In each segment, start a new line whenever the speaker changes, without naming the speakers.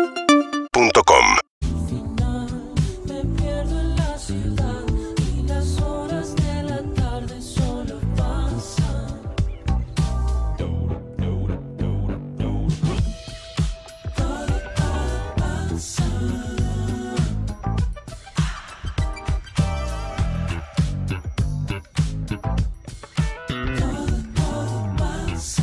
UrbanaPlayFM.com
Me pierdo en la ciudad y las horas de la tarde solo pasan. Todo, todo pasa. Todo, todo pasa.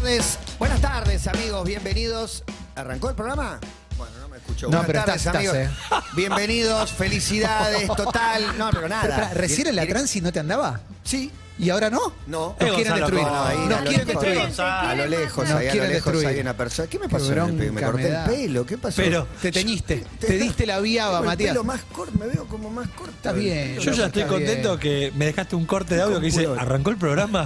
tardes. Buenas tardes, amigos. Bienvenidos. ¿Arrancó el programa? Bueno, no me escucho.
No,
Buenas
pero
tardes,
estás-
amigos.
estás, eh.
Bienvenidos, felicidades, total. No, pero nada.
Pero, pará, ¿Recién en la
Direct-
transi no te andaba?
Sí.
¿Y ahora no?
No.
Nos quieren
Gonzalo,
destruir.
No, ahí,
Nos
a lo
quieren
lejos,
destruir.
A lo lejos,
Nos
ahí, a lo
quieren
lejos
destruir.
hay una persona. ¿Qué me
Qué
pasó? en el
bronca
pelo? me
me
corté
da.
el pelo, ¿qué pasó?
Pero-
Te teñiste. Te diste la viaba,
Tengo
Matías.
El pelo más corto, me veo como más corto.
Está bien.
Yo ya estoy
Está bien.
contento que me dejaste un corte de audio que dice,
culo.
arrancó el programa.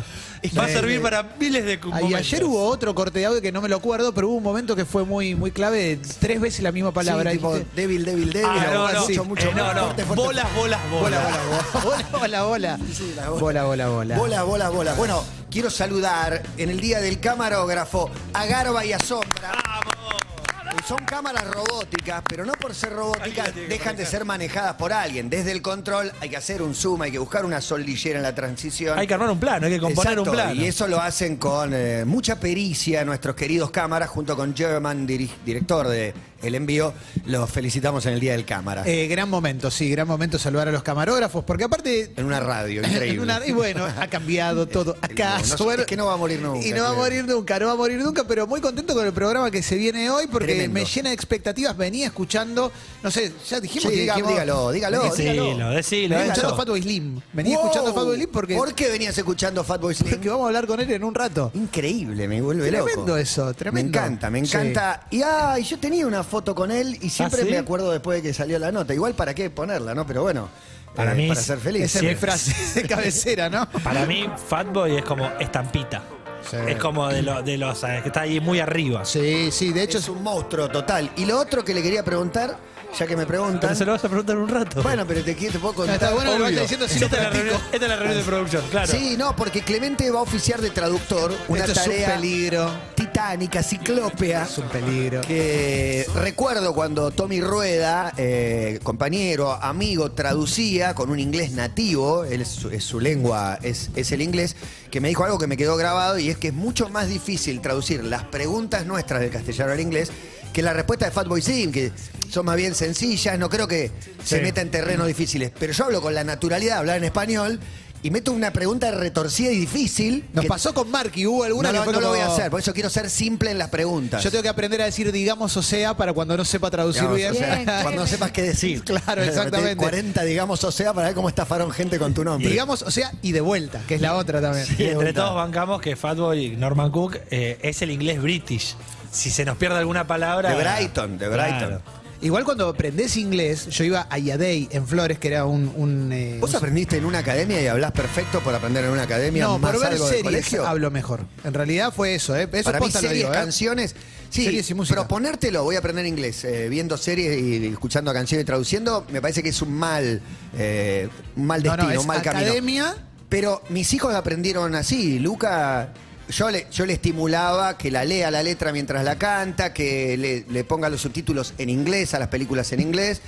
Va a
que-
eh,
servir para miles de
Ah, y
momentos.
ayer hubo otro corte de audio que no me lo acuerdo, pero hubo un momento que fue muy, muy clave, de tres veces la misma palabra.
Sí, tipo,
¿viste?
débil, débil, débil.
Ah, no, no,
mucho,
sí.
mucho.
Eh, no,
más,
no.
fuerte, fuerte,
bolas, bolas, bolas,
Bola, bola, bola, bola, bola.
Sí, la bola.
Bola, bola, bola.
Bolas, bolas, bolas. Bueno, quiero saludar en el día del camarógrafo a Garba y a Sombra. Son cámaras robóticas, pero no por ser robóticas
Alguien tiene que
dejan de
manejar.
ser manejadas por alguien. Desde el control hay que hacer un zoom, hay que buscar una soldillera en la transición.
Hay que armar un plano, hay que componer
Exacto,
un plano.
Y eso lo hacen con eh, mucha pericia nuestros queridos cámaras, junto con German, diri- director de El Envío. Los felicitamos en el Día del Cámara.
Eh, gran momento, sí, gran momento saludar a los camarógrafos, porque aparte
en una radio, increíble.
En una- y bueno, ha cambiado todo. Acá,
No, no,
suerte-
es que no va a morir nunca,
Y no va a
creo.
morir nunca, no va a morir nunca, pero muy contento con el programa que se viene hoy porque
Tremendo.
me llena de expectativas. Venía escuchando, no sé, ya dijimos
Sí,
que
diga-
dijimos-
dígalo, dígalo,
Venía-
dígalo.
Decilo, decilo.
Venía escuchando
Enzo.
Fatboy Slim. Venía
Wow.
escuchando Fatboy Slim porque,
¿Por qué venías escuchando Fatboy Slim?
porque vamos a hablar con él en un rato.
Increíble, me vuelve
Tremendo
loco.
eso, tremendo.
Me encanta, me
Sí.
encanta. Y ay, yo tenía una foto con él y siempre
¿Ah, sí?
me acuerdo después de que salió la nota. Igual para qué ponerla, ¿no? Pero bueno, eh,
Para mí
para
es-
ser feliz.
Esa es mi
Siempre.
frase de cabecera, ¿no?
Para mí, Fatboy es como estampita.
Sí.
Es como de, lo- de los eh, que está ahí muy arriba.
Sí, sí, de hecho
es un monstruo total. Y lo otro que le quería preguntar, ya que me preguntan.
Pero se lo vas a preguntar en un rato.
Bueno, pero te, qui- te puedo
No,
contar.
está bueno lo que
Obvio.
está diciendo si lo
esta, es la
practico.
reunión, esta es la reunión de producción, claro.
Sí, no, porque Clemente va a oficiar de traductor una
Esto es un
tarea
peligro.
titánica, ciclópea.
Es un peligro.
Que recuerdo cuando Tommy Rueda, eh, compañero, amigo, traducía con un inglés nativo, él es, su- es su lengua, es, es el inglés, que me dijo algo que me quedó grabado y es que es mucho más difícil traducir las preguntas nuestras del castellano al inglés que la respuesta de Fatboy Slim, que son más bien sencillas, no creo que se
Sí.
meta en terrenos difíciles, pero yo hablo con la naturalidad de hablar en español y meto una pregunta retorcida y difícil.
Nos
que-
pasó con Marky, hubo alguna
no,
que
lo-
fue
no lo
como-
voy a hacer, por eso quiero ser simple en las preguntas.
Yo tengo que aprender a decir digamos o sea para cuando no sepa traducir
Digamos, o
bien.
sea, cuando no sepas qué decir.
Claro, exactamente.
40, digamos, o sea, para ver cómo estafaron gente con tu nombre.
digamos, o sea, y de vuelta, que es la otra también.
Y entre todos bancamos que Fatboy Norman Cook eh, es el inglés british. Si se nos pierde alguna palabra.
De Brighton, de Brighton.
Claro.
Igual cuando aprendés inglés, yo iba a Yadey en Flores, que era un. un, eh,
Vos
un-
aprendiste en una academia y hablás perfecto por aprender en una academia
no,
más
por ver
algo de
series
colegio.
hablo mejor. En realidad fue eso, ¿eh? Eso
para mí
posta lo
series,
digo, ¿eh?
canciones, sí,
Series y música.
proponértelo, voy a aprender inglés, eh, viendo series y escuchando canciones y traduciendo, me parece que es un mal, eh, un mal
No,
destino,
no, es
un mal camino.
academia.
Pero mis hijos aprendieron así. Luca, yo le, yo le estimulaba que la lea la letra mientras la canta, que le, le ponga los subtítulos en inglés a las películas en inglés.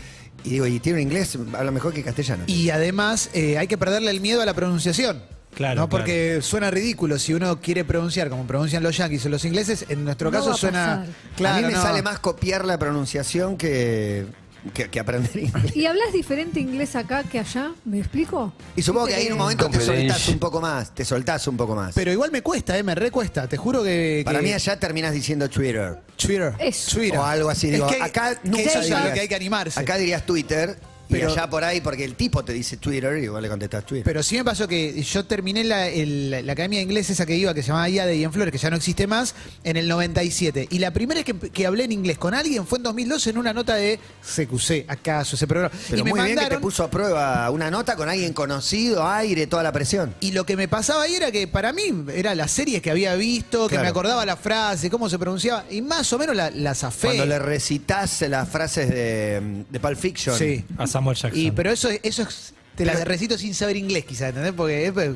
Y digo, y tiene un inglés, habla mejor que castellano.
Y además eh, hay que perderle el miedo a la pronunciación.
Claro,
¿no? Porque suena ridículo si uno quiere pronunciar como pronuncian los yanquis o los ingleses. En nuestro
No
caso
va a
suena.
pasar.
Claro,
a mí me
no.
sale más copiar la pronunciación que, que, que aprender inglés.
¿Y hablas diferente inglés acá que allá? ¿Me explico?
Y supongo que ahí en un momento te
Competencia.
soltás un poco más, te soltás un poco más.
Pero igual me cuesta, ¿eh? me recuesta. Te juro que.
Para
que-
mí allá terminás diciendo Twitter.
Twitter.
Eso.
Twitter.
O algo así.
Es
Digo,
que-
acá
que
nunca
eso es algo
dirías-
que hay que animarse.
Acá dirías Twitter
Pero-
y allá por ahí, porque el tipo te dice Twitter y vos le contestás Twitter.
Pero sí me pasó que yo terminé la, el- la academia de inglés esa que iba, que se llamaba IADE y en Flores, que ya no existe más, en el 97. Y la primera vez que, que hablé en inglés con alguien fue en 2012 en una nota de CQC, acaso, ese programa.
Pero
y me
muy bien que te
mandaron.
puso a prueba una nota con alguien conocido, aire, toda la presión.
Y lo que me pasaba ahí era que para mí era las series que había visto, que
Claro.
me acordaba la frase, cómo se pronunciaba, y más o menos la- las afé.
Cuando le recitas las frases de, de Pulp Fiction.
Sí.
A Samuel Jackson.
Y, pero eso, eso es- Te la recito sin saber inglés, quizás, ¿entendés? Porque es eh,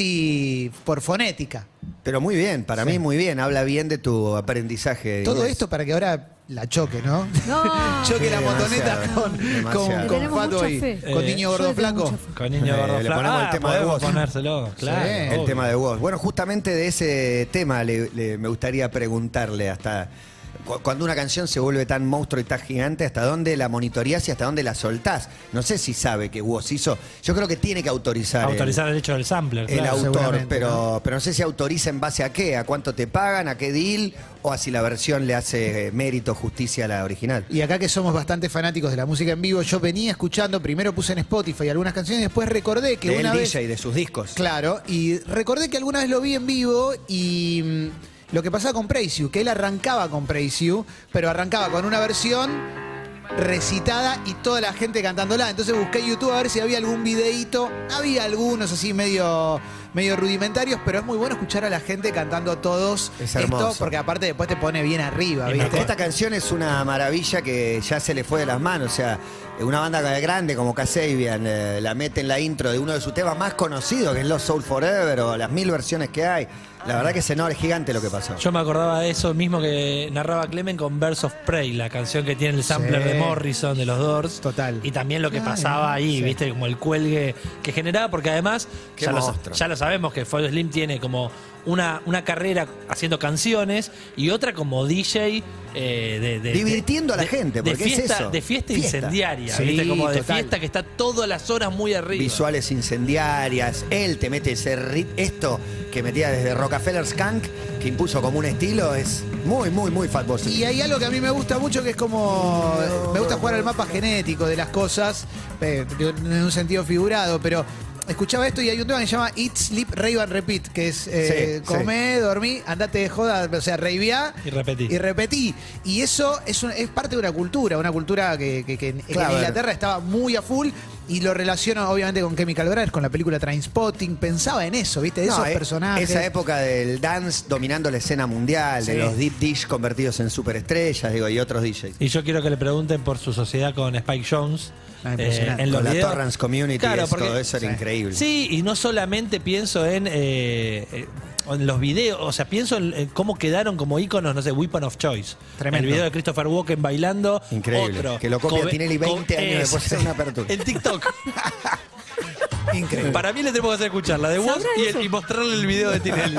casi por fonética.
Pero muy bien, para mí muy bien. Habla bien de tu aprendizaje. de
Todo
inglés.
esto para que ahora la choque, ¿no?
No.
choque la
Sí,
motoneta
demasiado,
con,
demasiado.
con,
Le
con
tenemos
Fato
mucha
y
fe.
con
Eh,
Niño
yo le
Gordo
tengo
Flaco.
mucha fe.
Con niño
Eh,
gordo
le
flaco.
ponemos el
Ah,
tema de
podemos
vos.
ponérselo, claro.
Sí,
El
obvio.
tema de vos. Bueno, justamente de ese tema le- le- me gustaría preguntarle hasta. cu- Cuando una canción se vuelve tan monstruo y tan gigante, ¿hasta dónde la monitoreás y hasta dónde la soltás? No sé si sabe que vos hizo. Yo creo que tiene que autorizar. el-
Autorizar el hecho del sampler.
el
claro.
autor,
seguramente,
pero
¿no?
pero no sé si autoriza en base a qué, a cuánto te pagan, a qué deal o a si la versión le hace eh, mérito, justicia a la original.
Y acá que somos bastante fanáticos de la música en vivo, yo venía escuchando, primero puse en Spotify algunas canciones, después recordé que
de
una
él,
vez...
DJ, de sus discos.
Claro, y recordé que alguna vez lo vi en vivo y mm, lo que pasaba con Praise You, que él arrancaba con Praise You, pero arrancaba con una versión recitada y toda la gente cantándola. Entonces busqué en YouTube a ver si había algún videíto. Había algunos así medio, medio rudimentarios, pero es muy bueno escuchar a la gente cantando todos
Es
esto,
hermoso.
porque aparte después te pone bien arriba,
Y me
¿viste?
Esta canción es una maravilla que ya se le fue de las manos. O sea, una banda grande como Casabian eh, la mete en la intro de uno de sus temas más conocidos, que es Los Soul Forever o las mil versiones que hay. La verdad que se no, es gigante lo que pasó.
Yo me acordaba de eso mismo que narraba Clemen con Verse of Prey, la canción que tiene el sampler
Sí.
de Morrison de los Doors.
Total.
Y también lo que
Claro,
pasaba ahí,
sí.
¿viste? Como el cuelgue que generaba, porque además,
Qué
ya lo,
monstruo.
ya lo sabemos que Foy Slim tiene como una, una carrera haciendo canciones y otra como DJ. eh, de, de-
Divirtiendo a la
de-
gente,
de
porque es
fiesta,
eso.
De fiesta,
Fiesta.
incendiaria,
Sí,
¿viste? Como de
total.
fiesta que está todas las horas muy arriba.
Visuales incendiarias, él te mete ese rit- esto que metía desde Rockefeller's Skunk, que impuso como un estilo, es muy, muy, muy Fatboy Slim.
Y hay algo que a mí me gusta mucho que es como. Me gusta jugar al mapa genético de las cosas, eh, en un sentido figurado, pero. Escuchaba esto y hay un tema que se llama Eat, Sleep, Rave and Repeat, que es eh,
Sí,
comé, dormí, andate de joda, o sea, reiviá
Y repetí.
Y repetí. Y eso es, un- es parte de una cultura, una cultura que, que- que en- que
Claro.
en Inglaterra estaba muy a full y lo relaciono obviamente con Chemical Brothers, con la película Trainspotting. Pensaba en eso, ¿viste? De
No,
esos
eh,
personajes.
Esa época del dance dominando la escena mundial,
Sí.
de los deep dish convertidos en superestrellas, digo, y otros DJs.
Y yo quiero que le pregunten por su sociedad con Spike Jones.
Ah, impresionante.
en los
Con la
videos.
Torrance Community,
Claro,
es-
porque-
todo eso era
sí.
increíble.
Sí, y no solamente pienso en, eh, eh, en los videos, o sea, pienso en, en cómo quedaron como íconos, no sé, Weapon of Choice.
Tremendo.
El video de Christopher Walken bailando.
Increíble,
Otro.
que lo copia
Cobe-
Tinelli 20
co-
años después de hacer una apertura.
En TikTok.
Increíble.
Para mí le tenemos que hacer escuchar la de vos
¿Sabrá
y, el-
eso?
y mostrarle el video de Tinelli.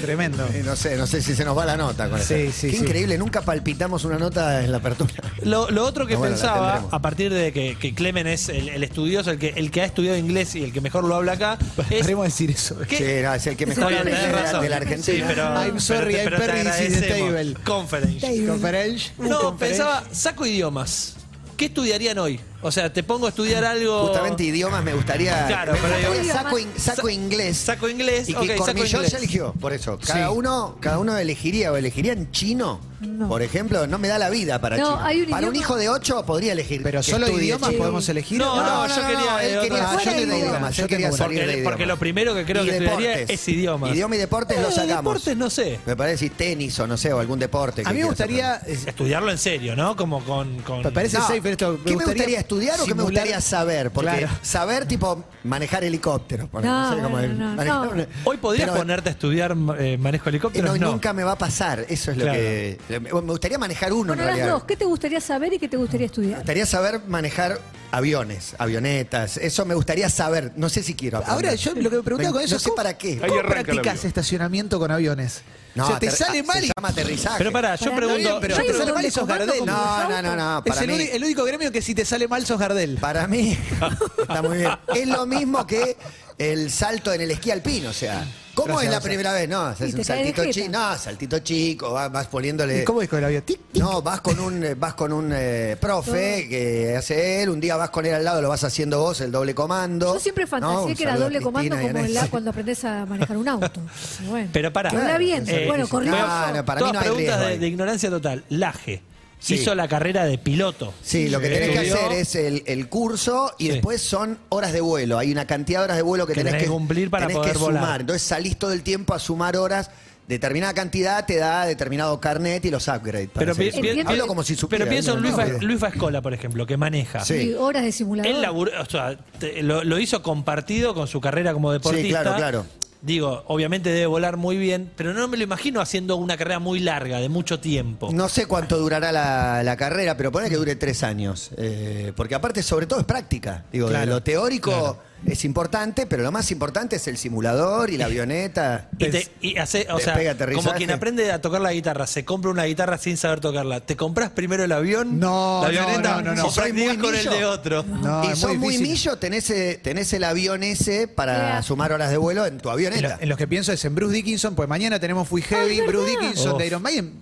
Tremendo.
Eh, No sé, no sé si se nos va la nota con
Sí,
eso.
sí,
Qué
sí.
increíble, nunca palpitamos una nota en la apertura.
Lo, lo otro que
No, bueno, la
pensaba,
tendremos.
a partir de que, que Clemen es el, el estudioso, el que, el que ha estudiado inglés y el que mejor lo habla acá, es
Podríamos decir eso.
¿Qué?
Sí, no, es el que mejor
Está bien,
inglés de
tenés
la-
razón.
de la Argentina.
Sí, pero-
I'm sorry, I'm
pero te- pero te
Perry is in the
agradecemos.
table.
Conference.
Conference.
No,
Conference.
pensaba, saco idiomas. ¿Qué estudiarían hoy? O sea, te pongo a estudiar algo.
Justamente idiomas me gustaría.
Claro,
me
pero
gustaría-
digo-
saco, in- saco
Sa-
inglés.
saco inglés,
Y que
ok, saco
Cornillón
inglés.
ya eligió, por eso. Cada
Sí.
uno, cada uno elegiría, o elegirían chino.
No.
Por ejemplo, no me da la vida para
No,
chino.
hay un
para un
idioma-
hijo de 8 podría elegir.
Pero
que
solo Ah,
estudie
idiomas
chino.
podemos elegir.
No, no, yo quería
él
de
quería
otra-
salir de
Fuera de
idiomas.
idioma.
Él quería
Yo tengo
salir de
Porque,
idiomas.
porque lo primero que creo
Y
que estudiaría
deportes.
es idiomas.
Idioma y deportes lo
Eh,
sacamos.
Deportes, no sé.
Me parece y tenis o no sé, o algún deporte. que
A mí me
quieras
gustaría.
aprender.
eh,
Estudiarlo en serio, ¿no? Como con. con-
Me parece
No,
safe esto.
¿Qué me gustaría estudiar o qué me
simular-
gustaría saber? Porque
Claro.
saber, tipo, manejar helicópteros. por ejemplo,
No,
sé cómo
no,
es.
no,
Manejar
no.
un-
Hoy podrías
Pero-
ponerte a estudiar eh, manejo
Eh,
helicóptero.
no,
no.
nunca me va a pasar. Eso es lo
Claro.
que. Me gustaría manejar uno
Bueno,
en
las
realidad.
dos. ¿Qué te gustaría saber y qué te gustaría
Me
estudiar?
gustaría saber manejar aviones, avionetas. Eso me gustaría saber. No sé si quiero. aprender.
Ahora, yo lo que me preguntaba
Me-
con eso
no
es.
sé
¿cómo-
para qué.
¿Cómo
arranca el
practicas
avión.
estacionamiento con aviones? o sea, te
aterri-
sale
ah,
mal y.
Se llama aterrizaje.
Pero pará, yo
Pará,
pregunto.
no,
pero-
yo
Yo digo,
pregunto-
sale mal y sos Gardel.
No, no, no, no.
Es
Para
el,
mí,
uni- el único gremio que si te sale mal sos Gardel.
para mí está muy bien. Es lo mismo que el salto en el esquí alpino, o sea. ¿Cómo
Gracias,
es la
José.
primera vez? No, haces
te
un
cae de
saltito
jeta.
chico. No, saltito chico, vas, vas poniéndole.
¿Y cómo es con el avión? Tic, tic.
No, vas con un, eh, vas con un eh, profe que hace él, un día vas con él al lado, lo vas haciendo vos, el doble comando.
Yo siempre fantaseé
No, un
que era
saludo a
doble comando
Cristina y a
como
Nancy.
la, cuando aprendes a manejar un auto. Bueno,
Pero pará.
Que habla bien.
Eh,
bueno,
sí,
corrijo.
Ah, no, no, para mí
Todas
no hay
preguntas
riesgo
de,
ahí.
de ignorancia total. Laje.
Sí.
Hizo la carrera de piloto.
Sí, lo que tenés que
Estudió.
hacer es el, el curso y
Sí.
después son horas de vuelo. Hay una cantidad de horas de vuelo que,
Que tenés que cumplir para
tenés
poder
que
volar.
sumar. Entonces salís todo el tiempo a sumar horas determinada cantidad te da determinado carnet y los upgrades.
Pero, pi- pi-
Hablo como si supiera.
pero pienso en
¿no?
Luis,
No,
Fa- Luis Fascola, por ejemplo, que maneja.
Sí.
Y horas de simulador.
Él laburó- o sea, te- lo, lo hizo compartido con su carrera como deportista.
claro, claro.
Digo, obviamente debe volar muy bien, pero no me lo imagino haciendo una carrera muy larga, de mucho tiempo.
No sé cuánto durará la, la carrera, pero pone que dure tres años. Eh, porque aparte, sobre todo, es práctica. Digo, de
Claro,
lo teórico
claro.
es importante, pero lo más importante es el simulador y la avioneta.
Y, te- y hace, o sea,
Despegue, aterrizaje.
como quien aprende a tocar la guitarra, se compra una guitarra sin saber tocarla. Te compras primero el avión,
No,
la
no, no,
avioneta,
no, no.
o practicás con el
millo-
de otro.
No,
y
es
sos muy
difícil.
millo, tenés, eh, tenés el avión ese para
Claro.
sumar horas de vuelo en tu
En, lo-
avioneta.
en los que pienso es en Bruce Dickinson, pues mañana tenemos Fui Heavy,
es
Bruce
verdad.
Dickinson
Uf.
de Iron Maiden.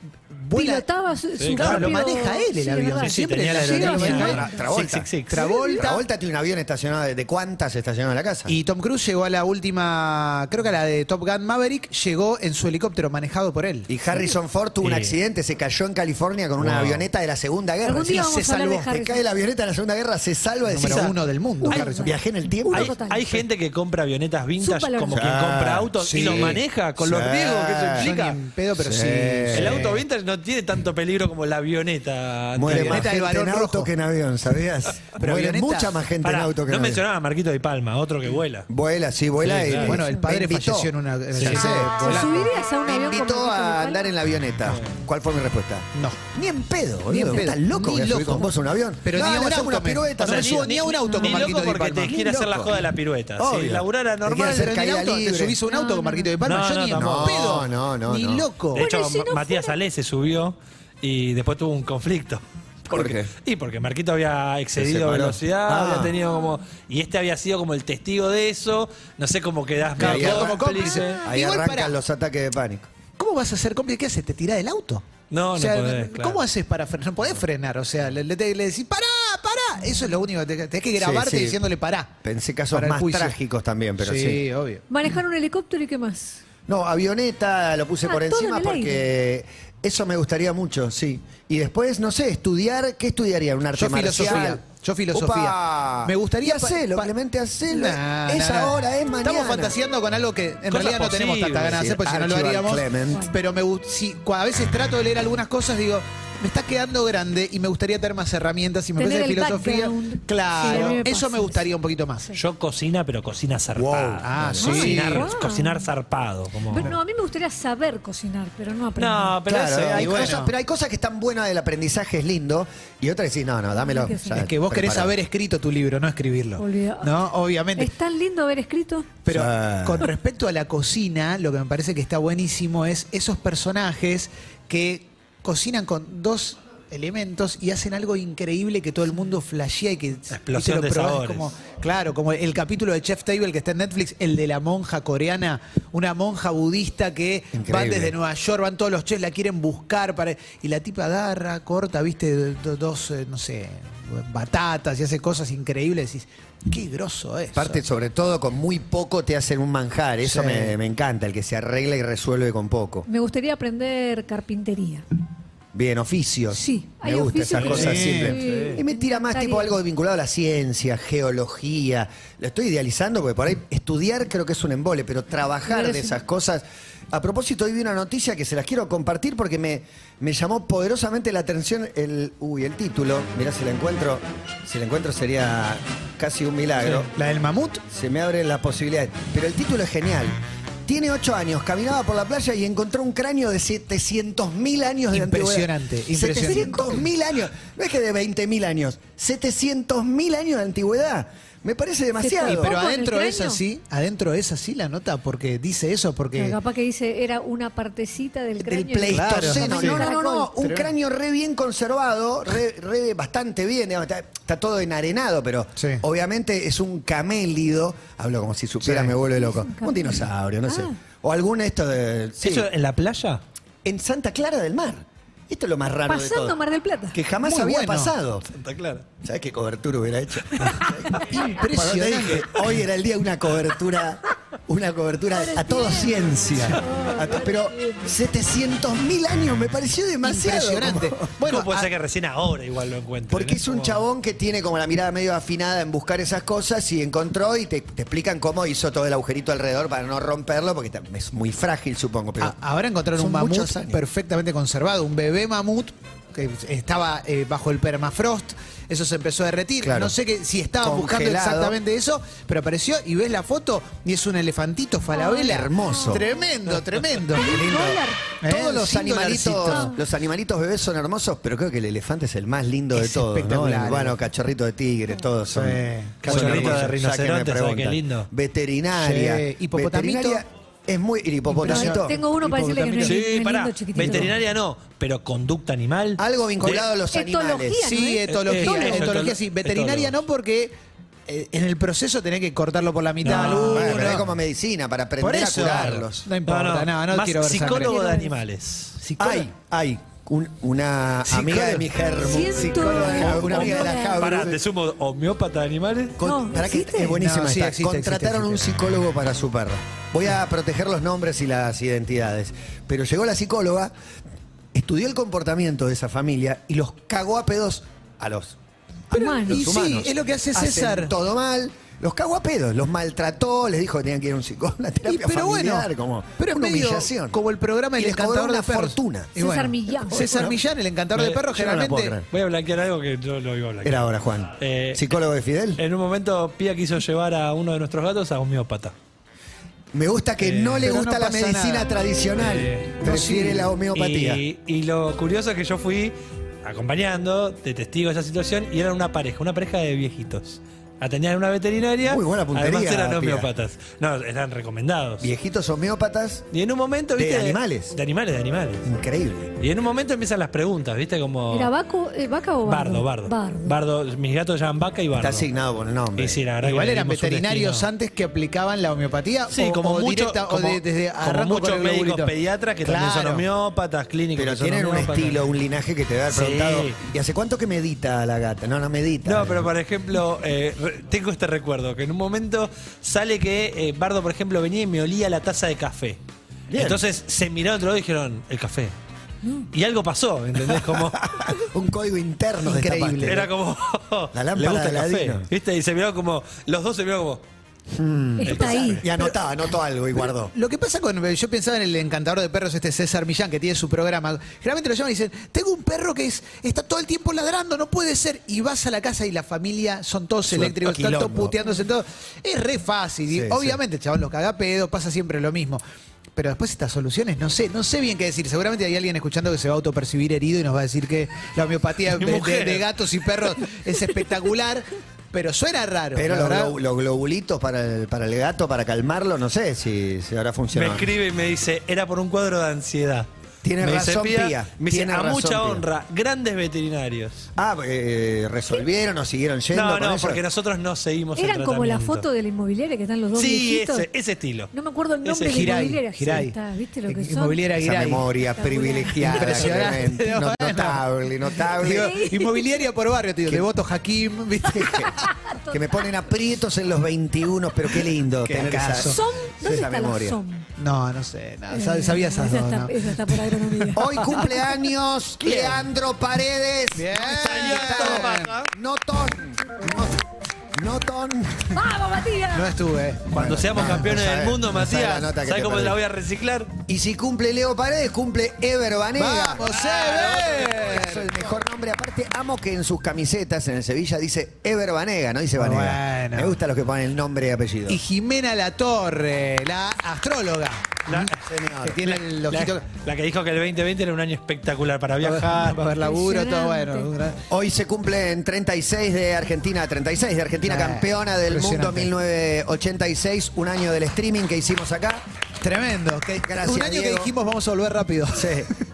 vuela-
Pilotaba su, su
claro, lo
propio-
maneja él el
Sí, es
avión,
verdad.
sí, siempre
tenía
la
la
lleva,
aerolínea.
bueno,
Tra- Ah, Travolta.
Sí, sí, sí.
Travolta.
Travolta tiene un avión estacionado. ¿De cuántas estacionadas en la casa?
Y Tom Cruise llegó a la última, creo que a la de Top Gun Maverick, llegó en su helicóptero manejado por él.
Y Harrison Ford tuvo un
Sí.
accidente, se cayó en California con una
Wow.
avioneta de la Segunda Guerra.
Algún día
Sí,
vamos
se
a hablar de
salvó. Se
Harrison.
cae la avioneta de la Segunda Guerra, se salva de
Número uno del mundo, Harrison.
Viajé en el tiempo.
Hay,
total.
hay gente que compra avionetas vintage
Subvalor.
como
Sí,
quien compra autos y los maneja con los
sí.
riesgos que eso
Yo ni
implica.
en pedo, pero
Sí.
sí.
El
Eh.
auto vintage no tiene tanto peligro como la avioneta.
Muere más
anterior.
avioneta del
gente en
Barón
auto
Rojo.
que en avión, ¿sabías?
Pero
Muere
avioneta-
mucha más gente
Pará,
en auto que
no
en avión.
mencionaba a Marquito Di Palma, otro que vuela.
Vuela, sí, vuela.
Sí,
y
claro.
Bueno, el padre
me invitó.
falleció en una. en
Sí.
el-
Sí,
Ah, ¿te
volá.
subirías a un
Me
avión con
invitó
Marquito Di
a
Palma?
andar en la avioneta. ¿Cuál fue mi respuesta?
No.
Ni en pedo, boludo.
Ni en pedo.
Estás loco
Ni
voy a subir
loco.
con vos a un avión.
Pero
No,
ni a un
me saco
auto
una
me-
pirueta.
o sea,
me
ni-
subo.
ni a un auto con
Ni
Marquito
loco
Di
porque
Palma.
te quiere
Ni
hacer la
loco.
joda de la pirueta.
Obvio.
Si laburara
Te quiere
normal,
hacer
Pero en el
Caída
auto, te
libre.
subís a un auto
No,
con
no,
Marquito
no.
de Palma,
No,
yo
no, Eh.
ni en
tampoco.
pedo.
No, no, no,
Ni
no.
loco.
De hecho,
Bueno, y si no
Matías
fuera-
Ale se subió y después tuvo un conflicto.
¿Por qué?
Y porque Marquito había excedido
separó.
velocidad,
Ah.
había tenido como. Y este había sido como el testigo de eso. No sé cómo quedás
Claro,
medio
quedó como
cómplice.
cómplice.
Ahí
Igual
arrancan
pará.
los ataques de pánico.
¿Cómo vas a hacer cómplice? ¿Qué haces? ¿Te tirás del auto?
No,
O
no
sea,
podés, claro.
¿Cómo haces para frenar? No podés frenar, o sea, le, le- le decís, pará, pará. Eso es lo único que te- tenés que grabarte
Sí, sí.
diciéndole pará.
Pensé casos
Para el
más
juicio.
trágicos también, pero sí.
Sí, obvio.
Manejar un helicóptero y qué más.
No, avioneta lo puse
Ah,
por
todo
encima
en el
porque eso me gustaría mucho, sí. Y después, no sé, estudiar, ¿qué estudiaría? Un arte
Yo filosofía,
marcial?
yo filosofía.
¡Upa!
Me gustaría
Y
pa-
hacelo,
pa-
Clemente, hacelo.
Nah,
es
nah, nah.
ahora, es mañana.
Estamos fantaseando con algo que en
Cosas
realidad no tenemos
posibles.
tanta ganas de hacer, porque si no lo
Archibald
haríamos.
Clement.
Pero me gust- si, cu- a veces trato de leer algunas cosas, digo, me está quedando grande y me gustaría tener más herramientas y me
Tener
parece que
el
filosofía.
background. Sí, a
Claro,
mí me pasa
eso me gustaría un poquito más.
Yo cocina, pero cocina zarpado.
Wow.
Ah, sí.
Cocinar,
Wow.
cocinar zarpado. Como...
Pero no, a mí me gustaría saber cocinar, pero no aprender.
No, pero
Claro,
eso.
hay
y bueno.
cosas, pero hay cosas que están buenas del aprendizaje, es lindo, y otras decís, no, no, dámelo.
Es que sí.
ya
Es que vos querés
preparado.
haber escrito tu libro, no escribirlo.
Olvidado.
No, obviamente.
Es tan lindo haber escrito.
Pero
Sí.
con respecto a la cocina, lo que me parece que está buenísimo es esos personajes que cocinan con dos elementos y hacen algo increíble que todo el mundo flashea y que
Explosión
y te
de
probás,
sabores.
como claro como el capítulo de Chef Table que está en Netflix el de la monja coreana una monja budista que van
Increíble.
desde Nueva York van todos los chefs la quieren buscar para y la tipa agarra corta viste do- dos eh, no sé batatas y hace cosas increíbles decís qué groso es
Aparte, sobre todo, con muy poco te hacen un manjar. Eso
Sí.
me, me encanta, el que se arregla y resuelve con poco.
Me gustaría aprender carpintería.
Bien, oficios.
Sí, hay
me gustan
oficios
esas
que-
cosas
Sí,
simples.
sí.
Y me tira más
Estaría.
tipo algo vinculado a la ciencia, geología. Lo estoy idealizando porque por ahí estudiar creo que es un embole, pero trabajar de
Merece.
esas cosas. A propósito, hoy vi una noticia que se las quiero compartir porque me, me llamó poderosamente la atención el. Uy, el título. Mirá si la encuentro. Si la encuentro sería casi un milagro.
la del mamut
Se me abren las posibilidades. Pero el título es genial. Tiene ocho años, caminaba por la playa y encontró un cráneo de 700.000 años de
Impresionante, impresionante.
impresionante. 700.000 años. No es que de 20.000 años, 700.000 años de antigüedad. Me parece
Sí,
demasiado.
Pero
¿Ojo en el
adentro es
cráneo?
así, adentro es así la nota, porque dice eso,
Pero
porque
capaz que dice era una partecita del cráneo.
Del
y-
pleistoceno. no,
Claro,
no, no, no.
Caracol.
Un cráneo re bien conservado, re, re bastante bien. digamos, Está, está todo enarenado, pero
Sí.
obviamente es un camélido. Hablo como si supiera,
Sí.
me vuelve loco.
un
Un dinosaurio, no sé.
Ah.
O algún esto de. sí.
¿Eso en la playa?
en Santa Clara del Mar. Esto es lo más raro de
Pasando
todo.
Mar del Plata.
Que jamás
Muy
había
bueno.
pasado.
Santa Clara.
¿Sabes qué cobertura hubiera hecho? Cuando te
impresionante.
dije, hoy era el día de una cobertura una cobertura
Ahora
a todo
entiendo.
ciencia. A to- pero 700.000 años me pareció demasiado.
Impresionante.
Como-
Bueno, puede
a-
ser que recién ahora igual lo encuentre.
ah, Porque es un
chabón
chabón que tiene como la mirada medio afinada en buscar esas cosas y encontró y te, te explican cómo hizo todo el agujerito alrededor para no romperlo, porque tam- es muy frágil, supongo. Pero
A- ahora encontraron
son
un mamut
muchos años.
perfectamente conservado, un bebé mamut que estaba eh, bajo el permafrost. Eso se empezó a derretir.
Claro.
No sé que, si estaban buscando
Congelado.
exactamente eso, pero apareció y ves la foto y es un elefantito falabella.
Ay, hermoso.
Tremendo, tremendo.
dólar.
¿Eh?
Todos los
Sin
animalitos,
dolarcito.
los animalitos bebés son hermosos, pero creo que el elefante es el más lindo de
Es
todos, ¿no? El
espectacular.
urbano, cachorrito de tigre, todos son.
Sí.
son
Cachorrito
hermosos, ya que
de
me
rinoceronte, ¿sabes qué
preguntan.
lindo?
Veterinaria.
Sí, hipopotamito.
Veterinaria es muy y
No,
hipopotamito.
tengo uno para decirle que no es
Sí,
lindo,
pará.
chiquitito.
Veterinaria no, pero conducta animal.
Algo vinculado a los
Etología,
animales.
Ah, ¿no
Sí,
es?
etología.
Etólogo.
etología, sí.
Etólogo.
Veterinaria no, porque eh, en el proceso tenés que cortarlo por la mitad.
No,
alguno.
Ah, Bueno, pero es como medicina para aprender
por
a
eso.
curarlos.
No importa, no, no,
Más
quiero ver sangre.
psicólogo de animales. Psicólogo.
Hay, hay un- una
Psicólogo.
amiga de mi germo,
Siento-
psicóloga de la- una amiga de la
Homeópata.
Jabru.
Pará, te sumo homeópata de animales.
Con-
No,
pará que
¿existe?
es buenísima
No, sí,
esta.
existe,
Contrataron
existe, existe.
un psicólogo para su perro. Voy a proteger los nombres y las identidades. Pero llegó la psicóloga, estudió el comportamiento de esa familia y los cagó a pedos a los,
Humano.
los
Y sí,
humanos.
es lo que hace
Hacen
César.
todo mal. Los cagó a pedos, los maltrató, les dijo que tenían que ir a un psicólogo, una
Y,
terapia
pero
familiar,
bueno,
como
pero es
una
medio
humillación.
Como el programa
Y
El
les cobró
Encantador de
una
Perros.
fortuna.
Y
César Millán.
César Millán, el encantador de
Eh,
perros,
yo no la puedo
generalmente.
creer.
Voy a blanquear algo que yo lo iba a blanquear.
Era ahora, Juan.
Eh,
¿Psicólogo de Fidel?
En un momento, Pía quiso llevar a uno de nuestros gatos a homeópata.
Me gusta que no le
pero
gusta
no
la
pasa
medicina
nada.
tradicional.
Eh,
Prefiere la homeopatía.
Y, y lo curioso es que yo fui acompañando de testigo de esa situación y eran una pareja, una pareja de viejitos. Atendían en una veterinaria.
Muy buena puntería,
Además eran
Pía.
homeópatas. No, eran recomendados.
Viejitos homeópatas,
Y en un momento,
De
¿viste?
animales.
De animales, de animales.
increíble.
Y en un momento empiezan las preguntas, ¿viste? Como.
¿Era Baco- eh, vaca o
Bardo,
bardo?
bardo. Bardo, mis gatos llaman vaca y bardo.
Está asignado por el nombre.
Y sí, la verdad que
Igual
le
eran
dimos un
veterinarios
destino.
antes que aplicaban la homeopatía
Sí,
o,
como
o
mucho-
directa
como-
o de- desde
como
arranco con
muchos
el
médicos
globulito.
pediatras que también
Claro.
son homeópatas, clínicos.
Pero
que son
tienen un
homeópatas.
estilo, un linaje que te debe haber
Sí.
preguntado. ¿Y hace cuánto que medita la gata? No, no medita.
No, pero por ejemplo, eh, re- tengo este recuerdo, que en un momento sale que eh, Bardo, por ejemplo, venía y me olía la taza de café.
Bien.
Entonces se miraron otro lado y dijeron, el café. Y algo pasó, ¿entendés? Como,
Un código interno
Increíble.
de
era como...
La lámpara
le gusta el
de
café.
Aladino.
¿Viste? Y se miraron como... Los dos se miraron como...
Está ahí.
Y anotaba, anotó algo y guardó.
Lo que pasa con. Yo pensaba en el encantador de perros, este César Millán, que tiene su programa. Generalmente lo llaman y dicen: Tengo un perro que es, está todo el tiempo ladrando, no puede ser. Y vas a la casa y la familia son todos
un
eléctricos, están todos
quilombo.
puteándose todo. Es re fácil. y
Sí,
obviamente, el chabón, los cagapedos, pasa siempre lo mismo. Pero después estas soluciones, no sé, no sé bien qué decir. Seguramente hay alguien escuchando que se va a autopercibir herido y nos va a decir que la homeopatía
Mi
de- de,
mujer.
de gatos y perros es espectacular, pero suena raro.
Pero
la
los,
verdad.
glo- los globulitos para el, para el gato, para calmarlo, no sé si, si habrá
Me
funcionado.
escribe y me dice, era por un cuadro de ansiedad.
Tiene
me
razón,
dice,
Pía.
Me dice,
Tiene
a
razón,
mucha
Pía".
honra, grandes veterinarios.
Ah, eh, resolvieron o siguieron yendo.
No,
con
no,
eso?
porque nosotros no seguimos el
Eran como la
tratamiento.
foto de la inmobiliaria que están los dos
Sí,
viejitos.
ese, ese estilo.
No me acuerdo el
Ese
nombre de la
Giray,
inmobiliaria. Sí,
Giray.
está, ¿viste lo que son?
Inmobiliaria
Esa
Giray.
memoria privilegiada.
Impresionante,
tremenda,
pero
no-
bueno.
Notable,
Digo,
notable.
inmobiliaria por barrio, tío.
¿Qué?
De voto Hakim, ¿viste?
que me ponen aprietos en los 21, pero qué lindo
Qué
tener esa,
acaso.
Som,
esa
¿dónde está
memoria.
la SOM?
No, no sé. No, sab- sabía esas dos,
Eh, Esa está,
¿no?
esa está por agronomía.
Hoy cumpleaños Leandro Paredes.
Bien.
Notón. Not- Notón.
¡Vamos, Matías!
No estuve.
Cuando seamos
nada,
campeones
no
del
sabe-
mundo,
no sabe la
Matías,
nota que
¿sabes
te
cómo
perdí.
la voy a reciclar?
Y si cumple Leo Paredes, cumple Ever Banega.
¡Vamos, Ever!
Es el mejor nombre. Aparte, amo que en sus camisetas en el Sevilla dice Ever Banega, no dice
Bueno.
Banega. Me gusta los que ponen el nombre y apellido.
Y Jimena La Torre, la astróloga.
La,
Que tiene el ojito.
la- la que dijo que el 2020 era un año espectacular para viajar.
Para ver laburo, todo bueno.
Impresionante.
Hoy se cumplen 36 de Argentina, 36 de Argentina,
Eh,
campeona del mundo
impresionante.
1986, un año del streaming que hicimos acá.
Tremendo. que-
Gracias,
un año que
Diego.
dijimos vamos a volver rápido.
Sí.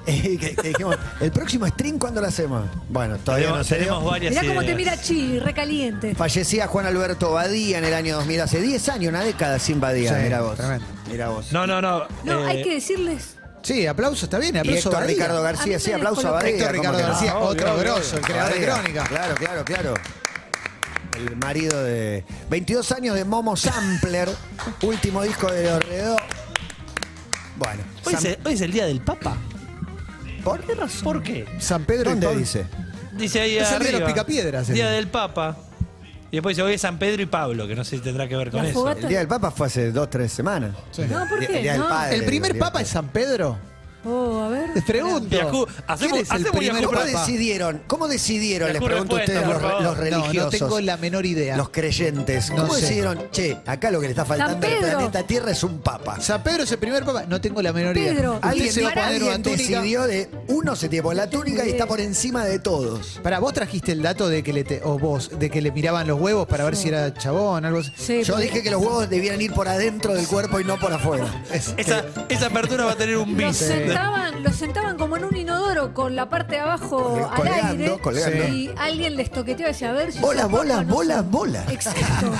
Y que- que dijimos, ¿el próximo stream cuándo lo hacemos? Bueno, todavía
tenemos,
no se dio.
tenemos varias
Mirá cómo te
ideas.
mira Chi, recaliente.
Fallecía Juan Alberto Badía en el año 2000, hace 10 años, una década sin Badía.
Sí,
Mirá vos.
tremendo.
Mirá vos.
No, no, no.
No,
eh,
hay que decirles.
Sí, aplauso, está bien.
Y
Aplauso
Héctor
Badía.
Ricardo
A mí
García,
me
sí, aplauso a
descolocó.
Badía.
Héctor
¿cómo
Ricardo
que no?
García,
Ah, obvio,
otro
obvio,
grosso, el creador de
Badía.
Crónica.
Claro, claro, claro. el marido de 22 años de Momo Sampler, último disco de Dorredo. Bueno,
Hoy
Pues
Sam-
es, el, hoy es el día del Papa.
¿por?
¿Por qué?
San Pedro y
¿Dónde
Pablo-
dice?
Dice ahí
Es el día de los
arriba,
picapiedras,
Día
ese.
del Papa. Y después dice, hoy es San Pedro y Pablo, que no sé si tendrá que ver con
La
eso.
fogata-
El Día del Papa fue hace dos, tres semanas.
Sí.
No, ¿por
El
qué?
Día del
No.
Padre.
¿El primer papa es San Pedro?
Oh, a ver.
Les pregunto.
Viajú, hacemos-
¿Quién es el
hacemos
primer
viajú-
papa?
¿Cómo decidieron? ¿Cómo decidieron?
Te
Les
juro
pregunto a
respuesta,
ustedes los,
por
re- los
favor.
No, no
religiosos.
tengo la menor idea.
Los creyentes,
No
¿cómo
sé.
decidieron? Che, acá lo que le está faltando al
Pedro.
planeta Tierra es un papa.
San Pedro es el primer papa. No tengo la menor
Pedro.
idea.
Alguien,
Alguien se va a
Pará,
poner una
alguien
túnica.
decidió de uno se tiene por la túnica y está por encima de todos.
Para vos trajiste el dato de que le te- o vos de que le miraban los huevos para ver si era chabón, algo así.
Sí,
Yo
porque-
dije que los huevos debían ir por adentro del cuerpo y no por afuera.
Es-
Esa, esa apertura va a tener un
Los
bis. eh,
sentaban, los sentaban como en un inodoro con la parte de abajo
Colgando,
al aire
colgando.
y alguien les toqueteó y decía, a ver si
Bolas,
sos papa
bolas,
o no
bolas,
sos".
bolas.
Exacto.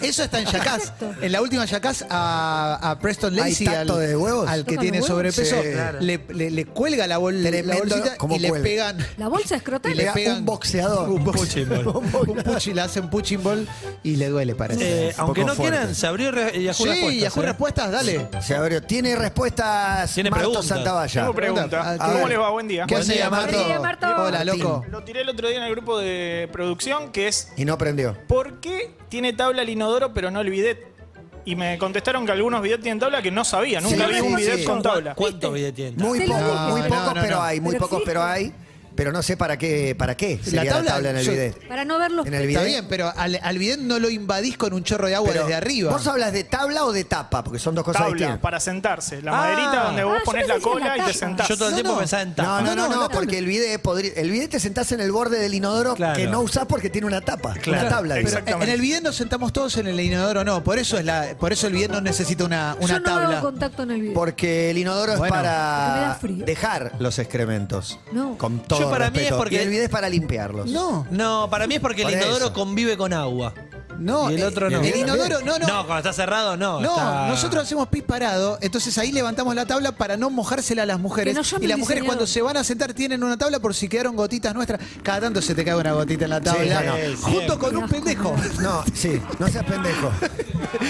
Eso está en Yacaz.
Exacto.
En la última Yacaz a, a Preston
Hay
Lacey, al,
tacto de huevos.
al que
Tocan
tiene
los huevos.
sobrepeso,
Sí. Claro.
le, le- le cuelga la, bol- la
Tremendo,
bolsita
¿cómo
y le
cuelga?
pegan.
La bolsa
Y
escrotal.
le
Pega
pegan
un boxeador.
Un punching ball.
Un puchi, le hacen punching ball y le duele, parece.
Eh, aunque
poco
no
fuerte.
quieran, se abrió re- Yahoo
sí,
Respuestas,
Yahoo
¿eh?
Respuestas, dale.
Se abrió. Tiene respuestas
Tiene
Marto
preguntas.
Santavalla.
Tengo pregunta.
Ah,
¿Cómo
¿qué-
les va? Buen día.
¿Qué
Buen
hace
día,
Marto?
Buen día, Marto.
Hola, loco.
Lo tiré el otro día en el grupo de producción, que es
Y no prendió.
¿por qué tiene tabla el inodoro pero no el bidet? Y me contestaron que algunos bidets tienen tabla que no sabía.
Sí,
Nunca vi un
sí,
bidet
sí.
con tabla.
¿Cuántos videos tienen?
Muy
Te lo
pocos,
dije.
muy
No,
pocos,
no, no,
pero
no.
hay, muy
Pero
pocos,
existe.
pero hay. Pero no sé para qué, para qué sería la tabla,
tabla,
en el
yo-
bidet.
Para no verlos.
En el
Está
bidet.
bien, pero al, al bidet no lo invadís con un chorro de agua
Pero,
desde arriba.
¿Vos hablas de tabla o de tapa? Porque son dos cosas
Tabla
distintas.
para sentarse. La
Ah.
maderita donde vos
Ah, yo
pones la
pensé que era la
cola y te
tapa.
sentás.
Yo todo el
No,
tiempo
no.
pensaba en
No,
tapa.
no, no,
No, no,
no,
la
porque el bidet podría- el bidet te sentás en el borde del inodoro
Claro.
que no usás porque tiene una tapa, una
Claro.
tabla. digo.
Exacto.
En
Exactamente.
el bidet nos sentamos todos en el inodoro, no. Por eso es la, por eso el bidet no necesita una, una
Yo no
tabla.
hago contacto en el video.
Porque el inodoro
Bueno.
es
Porque me da
para
frío.
dejar los excrementos.
No.
Con todo
Yo para mí
respeto.
es porque-
Y el bidet es para limpiarlos.
No,
No, para mí es porque el
Por
inodoro
eso.
convive con agua.
no.
Y el
eh,
otro no.
El inodoro, no, no.
No, cuando está cerrado, no.
No,
está-
nosotros hacemos pis parado, entonces ahí levantamos la tabla para no mojársela a las mujeres.
Que no llame
y las
el
mujeres
diseñador.
cuando se van a sentar tienen una tabla por si quedaron gotitas nuestras. Cada tanto se te cae una gotita en la tabla.
no, no.
Junto con un
Siempre.
pendejo.
No, sí, no seas pendejo.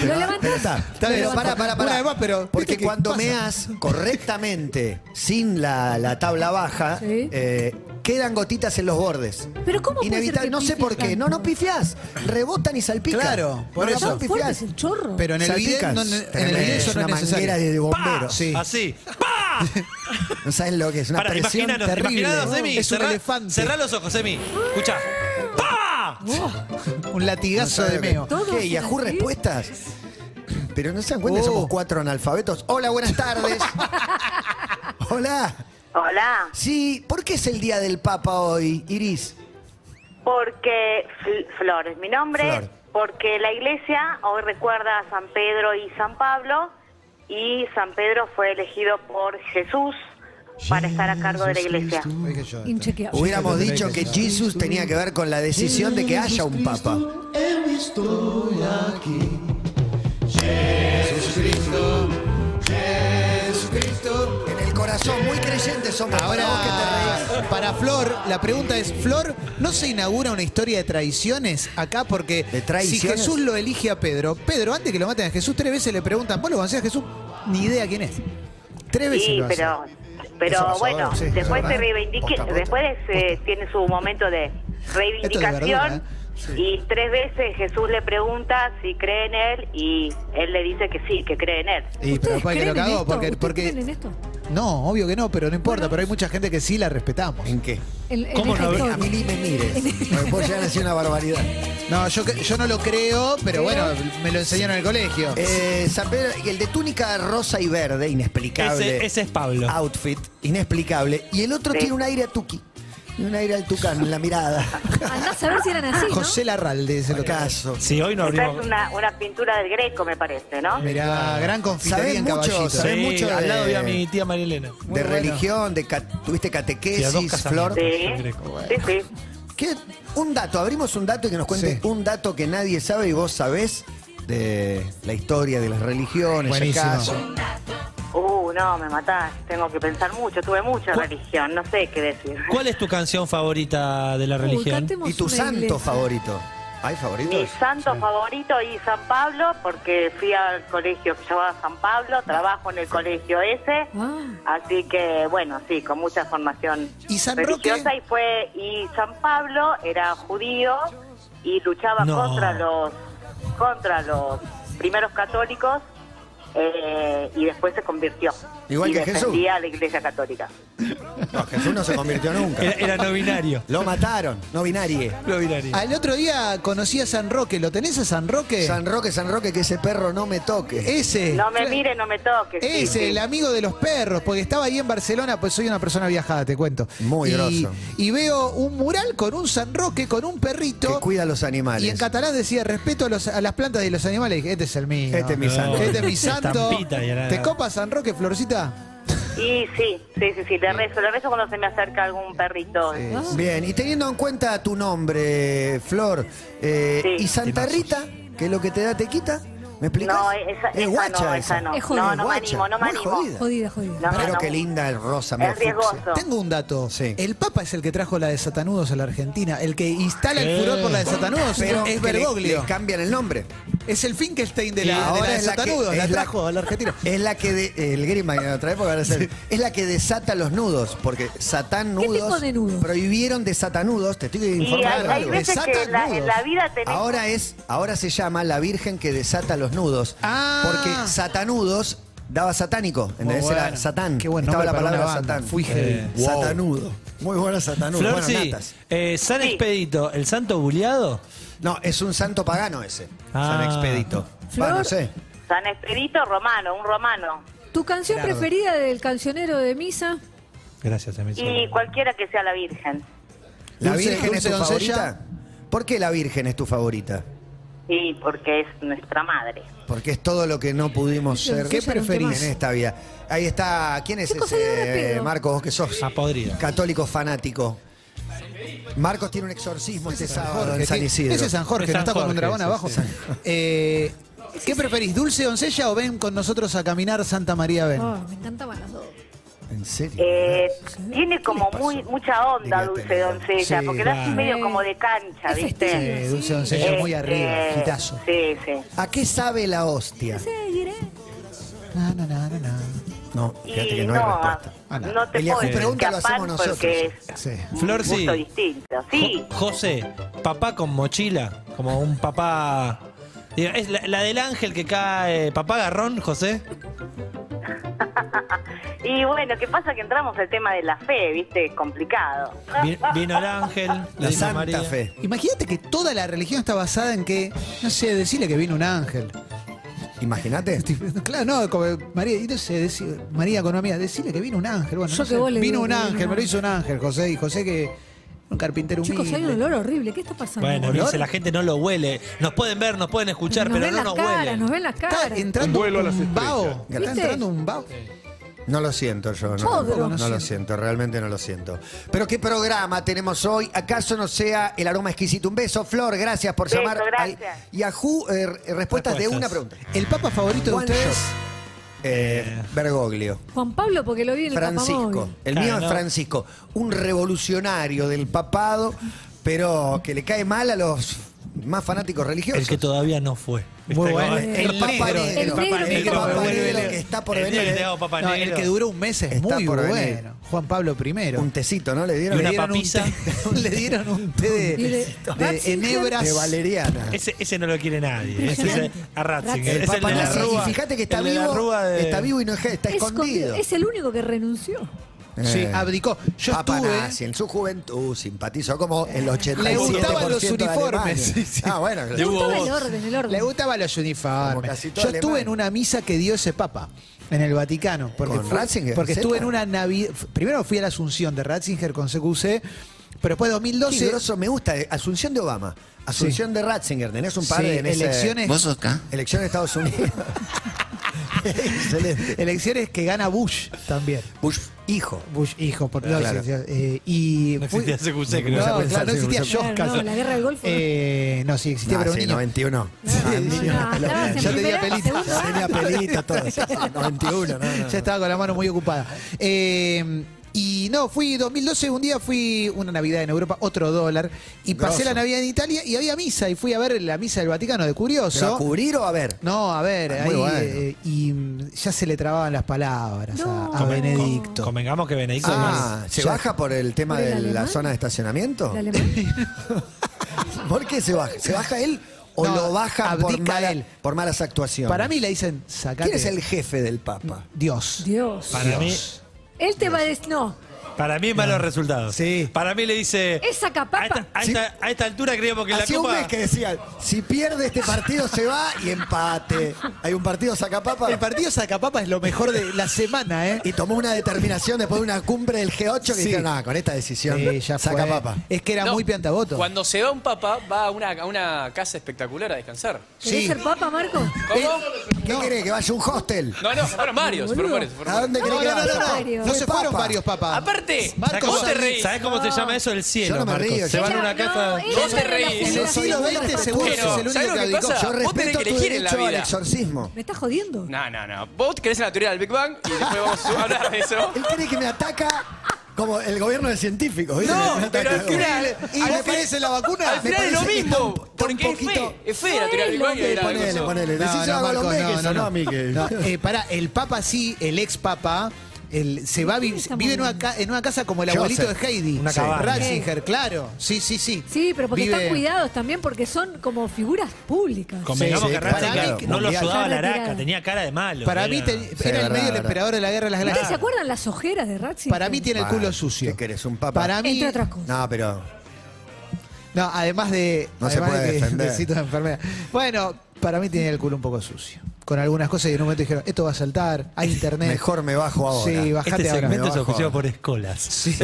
¿Lo levantas?
Está,
Está bien,
pero pará, pará, pará.
una vez más, pero
Porque
¿viste qué
cuando
pasa?
meas correctamente, sin la, la tabla baja,
Sí.
eh, quedan gotitas en los bordes.
Pero ¿cómo puede ser
Inevitable,
que
no sé
pifies
por qué.
tanto?
No, no pifiás. Rebotan y salpican.
Claro, por
No, no
eso.
podés
fuerte
pifiar.
es el chorro.
Pero en el bidet,
Salpicas.
no, en el
Tremendo.
bidet eso
una
no es necesario.
manguera de
¡Pa!
bombero.
Sí.
Así. ¡Pa!
No sabes lo que es una
Pará,
presión
imaginanos,
terrible.
imaginanos, Semi.
Es un
cerrá,
elefante.
cerrá los ojos, Semi. Escuchá. ¡Pa!
Un latigazo
No
de
sabe lo
meo.
que-
Todos
¿Qué? ¿Yahoo
así.
respuestas? Pero no se dan cuenta, que
Oh.
somos cuatro analfabetos. Hola, buenas tardes. Hola.
Hola,
Sí, ¿por qué es el día del Papa hoy, Iris?
porque Fl- Flor es mi nombre,
Flor.
porque la iglesia hoy recuerda a San Pedro y San Pablo y San Pedro fue elegido por Jesús para estar a cargo de la iglesia.
Inchequeable.
Hubiéramos dicho que Jesús tenía que ver con la decisión de que haya un Papa. En el corazón, muy creyentes somos. Para vos que te reís.
Ahora, para Flor, la pregunta es, Flor, ¿no se inaugura una historia de traiciones acá? Porque
¿De
si
traiciones?
Jesús lo elige a Pedro, Pedro, antes que lo maten a Jesús, tres veces le preguntan, ¿vos lo conocés a Jesús? Ni idea quién es. Tres veces
Sí,
lo hacen.
pero
Eso
pero
pasó,
bueno,
sí, eso
después
es
se
verdad.
reivindique,
Posta, posta,
después se- tiene su momento de reivindicación
verdura, ¿eh? Sí.
y tres veces Jesús le pregunta si cree en él y él le dice que sí, que cree en él.
Y, pero
¿Ustedes
capaz que
creen
lo
en
cagó,
esto?
porque...
¿Ustedes
porque-
creen en esto?
no, obvio que no, pero no importa, pero hay mucha gente que sí la respetamos.
¿En qué?
En- en
¿Cómo
esta
no?
historia.
A mí ni me mires. Porque puedo llegar a decir una barbaridad.
No, yo, que- yo no lo creo, pero bueno, me lo enseñaron en el colegio.
Eh, San Pedro, y el de túnica rosa y verde, inexplicable.
Ese- ese es Pablo.
Outfit, inexplicable. Y el otro
Sí.
tiene un aire a Tuki. Y un aire al Tucán en la mirada.
Andás a ver si eran
Ah,
así, ¿no?
José Larralde es el otro.
Acaso.
Sí, hoy no
Esa es
abrimos.
una, una pintura del Greco, me parece, ¿no?
Mirá, gran confitería
Sabés
en
mucho,
Caballito. ¿eh?
sabés
Sí,
mucho de-
al lado había mi tía María Elena.
de religión, de ca- tuviste
Y a dos
catequesis,
casamientos.
Flor.
Sí,
El Greco.
sí, sí.
¿Qué? Un dato, abrimos un dato y que nos cuente
Sí.
un dato que nadie sabe y vos sabés de la historia de las religiones,
Buenísimo.
acaso.
Uh, no, me matás. Tengo que pensar mucho. Tuve mucha religión. No sé qué decir.
¿Cuál es tu canción favorita de la
Uy,
religión?
cantemos
Y tu
una
santo
iglesia.
favorito. ¿Hay
Mi
favoritos?
santo favorito y San Pablo, porque fui al colegio que llamaba San Pablo, trabajo en el colegio ese,
Ah.
así que bueno, sí, con mucha formación
¿Y San Roque?
religiosa y fue y San Pablo era judío y luchaba
No.
contra los contra los primeros católicos eh, y después se convirtió
Igual
y
que Jesús.
defendía a la Iglesia Católica.
No, Jesús no se convirtió nunca.
Era, era no binario.
Lo mataron, no binarie.
No binario.
Al otro día conocí a San Roque. ¿Lo tenés a San Roque?
San Roque, San Roque, que ese perro no me toque.
Ese.
No me mire, no me toque. sí,
Ese,
sí.
el amigo de los perros, porque estaba ahí en Barcelona, pues soy una persona viajada, te cuento.
Muy
y,
grosso.
Y veo un mural con un San Roque, con un
Que
perrito.
cuida a los animales.
Y en catalán decía respeto a, los- a las plantas y los animales. Y dije, Este es el mío.
Este es mi
No.
santo.
Este es mi santo.
Estampita y era-
¿Te copa San Roque, Florcita?
Y sí, sí, sí, sí, le rezo, le rezo cuando se me acerca algún perrito.
Ah.
Ah.
Bien, y teniendo en cuenta tu nombre, Flor, eh,
Sí.
y Santa Rita, que es lo que te da te quita, ¿me explicas?
No, esa,
es
esa
guacha
no, esa no.
Es jodida,
no, no me
guacha,
animo, no me
muy
animo.
jodida.
Jodida, jodida.
No, no,
Pero
no.
qué linda el rosa, mira,
Es riesgoso.
Tengo un dato.
Sí.
El Papa es el que trajo la de Satanudos a la Argentina. El que instala el furor por la de Satanudos
Eh. Pero
es
que le-
Bergoglio.
le cambian el nombre.
Es el Finkelstein de
Y
la, de, la
ahora
de
es la que-
Satanudos. La,
es la-
trajo a la Argentina.
Es la que de, el grima que en otra época ahora es el- es la que desata los nudos, porque satán
¿Qué
nudos,
tipo de nudos?
prohibieron desatanudos, te estoy
Y hay,
informando
hay
algo.
veces que en la, en la vida tenemos...
Ahora es, ahora se llama la Virgen que desata los nudos,
Ah.
porque satanudos daba satánico, ¿entendés?
Muy
Era
bueno.
satán,
Qué buen
estaba
nombre
la
para una
palabra
banda.
satán.
Fui heavy.
Wow. Satanudo. Muy buena satanudo,
Flor,
buenas
sí.
natas.
Eh, San
Sí.
Expedito, el santo buleado.
No, es un santo pagano ese, San
Ah.
Expedito.
Flor.
Va, no sé.
San Expedito romano, un romano.
¿Tu canción
Claro.
preferida del cancionero de misa?
Gracias, amigo.
Y cualquiera que sea la Virgen.
¿La
Dulce-
Virgen
Dulce
es tu
Doncella.
favorita? ¿Por qué la Virgen es tu favorita?
Sí, porque es nuestra madre.
Porque es todo lo que no pudimos
Dulce
ser.
Doncella era un
en
temazo.
esta vida? Ahí está, ¿quién es
Qué cosa de ahora
ese
pedo.
Marcos vos que sos?
Ah, podrido.
Católico fanático. Marcos tiene un exorcismo este sábado en San
que-
Isidro.
Ese es San Jorge,
Es
no
San
está con un
Jorge,
dragón
sí,
abajo.
sí.
Eh, ¿Qué preferís, Dulce Doncella o ven con nosotros a caminar Santa María Ben?
Ah, me encantaban las dos.
¿En serio?
Eh, tiene como muy mucha onda
Diría
Dulce
tener.
Doncella,
Sí,
porque da así
claro.
medio como de cancha,
Es
¿viste?
festivo.
Eh, Dulce Doncella
Eh,
muy arriba,
eh,
gitazo.
Sí, sí.
¿A qué sabe la hostia?
Seguiré.
Na, na, na, na, na.
No, fíjate
Y
que
no,
no hay respuesta.
Ah, no.
no te
Elia,
puedo
tu
decir
pregunta lo
capaz
hacemos nosotros.
porque es
Sí.
Flor,
un
sí.
gusto distinto. Sí,
Jo- José, papá con mochila, como un papá. Digo, Es la, la del ángel que cae. ¿Papá garrón, José?
Y bueno, ¿qué pasa? Que entramos al tema de la fe, ¿viste? Es complicado.
Vi- Vino el ángel. le
La
dijo a
Santa
María.
Fe.
Imagínate que toda la religión está basada en que, no sé, decirle que vino un ángel.
Imagínate.
Claro, no, como María, y no sé, decí- María Economía, decirle que vino un ángel. Bueno,
Yo
no
que
sé,
vos le
vino
digo
un
que vino
ángel,
un
me lo hizo un ángel, José, y José que un carpintero humilde.
Chicos, hay un olor horrible. ¿Qué está pasando?
Bueno,
¿Olor?
dice, la gente no lo huele. Nos pueden ver, nos pueden escuchar,
nos
pero
ven
no
las
nos
caras,
huelen.
nos ven las
Está
caras.
entrando un vaho. Está
¿Viste?
entrando un vaho.
No lo siento yo, no,
Chodro.
tampoco, no lo siento, realmente no lo siento. Pero qué programa tenemos hoy, acaso no sea el aroma exquisito. Un beso, Flor, gracias por
Beso,
llamar
gracias.
al Yahoo eh, respuestas de
Respuestas.
una pregunta.
El papa favorito de
One
ustedes.
shot. Eh, Bergoglio.
Juan Pablo, porque lo vi en el
Francisco.
papamóvil.
El
Claro,
mío es
no.
Francisco. Un revolucionario del papado, pero que le cae mal a los más fanáticos religiosos.
El que todavía no fue.
Muy
Está
bueno.
como-
El
El
Papa
negro.
Negro.
El Papa
El
Negro.
Papa
me vuelve
Negro
loco.
que está por
El día
venir.
que te hago Papa
No, el
Negro.
que duró un mes es
Está
muy
por
bueno.
venir.
Juan Pablo I.
Un tecito, ¿no? Le dieron
Y una
Le dieron un
papisa.
té- le dieron un té de,
Y de-
de
Ratzinger.
enebras.
de Valeriana.
Ese, ese no lo quiere nadie. Ese es el- a Ratzinger.
El
es el
Papa
de la
Nazi,
rúa.
y fíjate que está
el de la
vivo,
rúa de-
está vivo y no es- está
Es con-
escondido.
Es el único que renunció.
Sí,
Eh.
abdicó. Yo
Papa
estuve.
Nazi, en su juventud uh, simpatizó como el 87%
Le gustaban los
de Alemania.
uniformes, sí, sí.
Ah, bueno.
Le
hubo
gustaba el
voz.
orden, el orden.
Le gustaban los
Como
uniformes.
casi
Yo
todo
estuve
alemán.
en una misa que dio ese papa en el Vaticano. Porque
¿Con
fui-
Ratzinger?
Porque
¿Sepa?
estuve en una Navidad. Primero fui a la Asunción de Ratzinger con CQC, pero después de
Qué
2012.
groso, me gusta. eh, Asunción de Obama. Asunción de Ratzinger. Tenés un par
sí,
de en ese-
elecciones,
Elección de Estados Unidos. Excelente.
elecciones que gana Bush también.
Bush, hijo.
Bush, hijo, por
Claro.
no, sí, sí, eh, y
No
fui-
existía CQC, creo.
No,
Ya
claro,
pensaba,
no existía
CQC.
yo
Claro,
casi.
no, la guerra del Golfo.
Eh, no, sí existía,
Ah,
pero un
sí,
niño.
91.
No,
Ah,
no,
niño.
no, estabas en
Ya tenía
primera,
pelito.
segunda.
Tenía pelito todo. sí, sí, 91, no, no, no.
Ya estaba con la mano muy ocupada. Eh, Y no, fui 2012, un día fui una Navidad en Europa, otro dólar, y pasé
Grosso.
la Navidad en Italia y había misa, y fui a ver la misa del Vaticano de
¿Pero a
Curioso.
cubrir o a ver?
No, a ver,
Ah,
ahí,
muy bueno.
eh, y mm, ya se le trababan las palabras a-
No.
a,
Come-
Benedicto.
Convengamos que Benedicto
Ah, ¿se
Ya.
baja por el tema
¿Por el
de la
alemán?
zona de estacionamiento?
¿De alemán?
¿Por qué se baja? ¿Se baja él o
No,
lo baja por,
abdica
mala-
él.
por malas actuaciones?
Para mí le dicen, sacate.
¿Quién es el jefe del Papa?
Dios.
Dios.
para mí,
Él te va a decir, no,
para mí malos resultados.
Sí.
Para mí le dice.
Es sacapapa.
A esta, a esta- a esta altura creíamos que la
Hacía un
copa.
mes que decían, si pierde este partido se va y empate. Hay un partido sacapapa
El partido Sacapapa es lo mejor de la semana, ¿eh?
y tomó una determinación después de una cumbre del G8 que
Sí.
dijeron, ah, con esta decisión
Sí, ya fue.
sacapapa.
Es que era
No,
muy piantaboto.
Cuando se va un papa, va a una, a una casa espectacular a descansar.
¿querés
Sí.
ser papa, Marco?
¿Cómo?
Eh, ¿Qué quiere? ¿Que vaya a un hostel?
No, no, fueron varios, fueron varios. fueron
¿A dónde
No,
cree
no,
que
Ah, no,
vaya?
no,
Fue
no. No se
papa.
fueron varios
Ah,
papas.
Aparte,
¿Sabes
Marco,
cómo,
vos te
se-
reís.
¿sabés cómo se llama eso? El cielo,
Yo no me
Marco.
río,
Se
yo
van a
Ella-
una casa.
no, ella
Vos
era
te
de la
reís. En el
generación
siglo
de los
XX
papas.
seguro
Que no,
sos el único
¿sabés lo
que
que
abdicó.
pasa?
Yo
Vos tenés
respeto
que
tu
elegir en la
derecho al
vida.
exorcismo.
¿Me estás jodiendo?
No, no, no. Vos crees en la teoría del Big Bang y después vamos a hablar de eso.
Él cree que me ataca como el gobierno de científicos. ¿viste?
No,
Me ataca
pero al
algo.
final-
Y
al
me
fin-
parece la vacuna. me
Al final es lo
parece que está
mismo.
un- está un
Porque es
poquito- Eh,
fea. Es fea la teoría del Big Bang y la de
Ponele,
Rousseau.
ponele.
No,
Decís
no,
algo a los
Marco,
Meckes,
no, no,
¿o
no.
no, Mike?
No, eh, pará, el papa sí, el ex papa, el- se va a vivir,
estamos
vive en una, ca- en una casa como el abuelito
Joseph.
de Heidi.
Una
Sí.
cabaña.
Ratzinger, claro. Sí, sí, sí.
Sí, pero porque
Vive-
están cuidados también, porque son como figuras públicas.
Convengamos
Sí, sí,
que
claro,
Ratzinger
claro,
no lo
mundial.
ayudaba la
Retirada.
araca, tenía cara de malo.
Para
era-
mí te-
Sí,
era
verdad,
el medio el
verdad.
emperador de la guerra de las
¿Ustedes se
galaxias.
acuerdan las ojeras de Ratzinger?
Para mí tiene el
Bueno,
culo sucio.
¿qué querés, un papa?
Para mí,
Entre otras cosas.
No, pero
no, además de,
No se
además
puede
de que-
defender.
de síntomas de enfermedad. Bueno, para mí tiene el culo un poco sucio. Con algunas cosas y en un momento dijeron, esto va a saltar, hay internet.
mejor me bajo ahora.
Sí, bajate
Este
ahora.
segmento
Me
se
bajo.
ofreció por escolas.
Sí.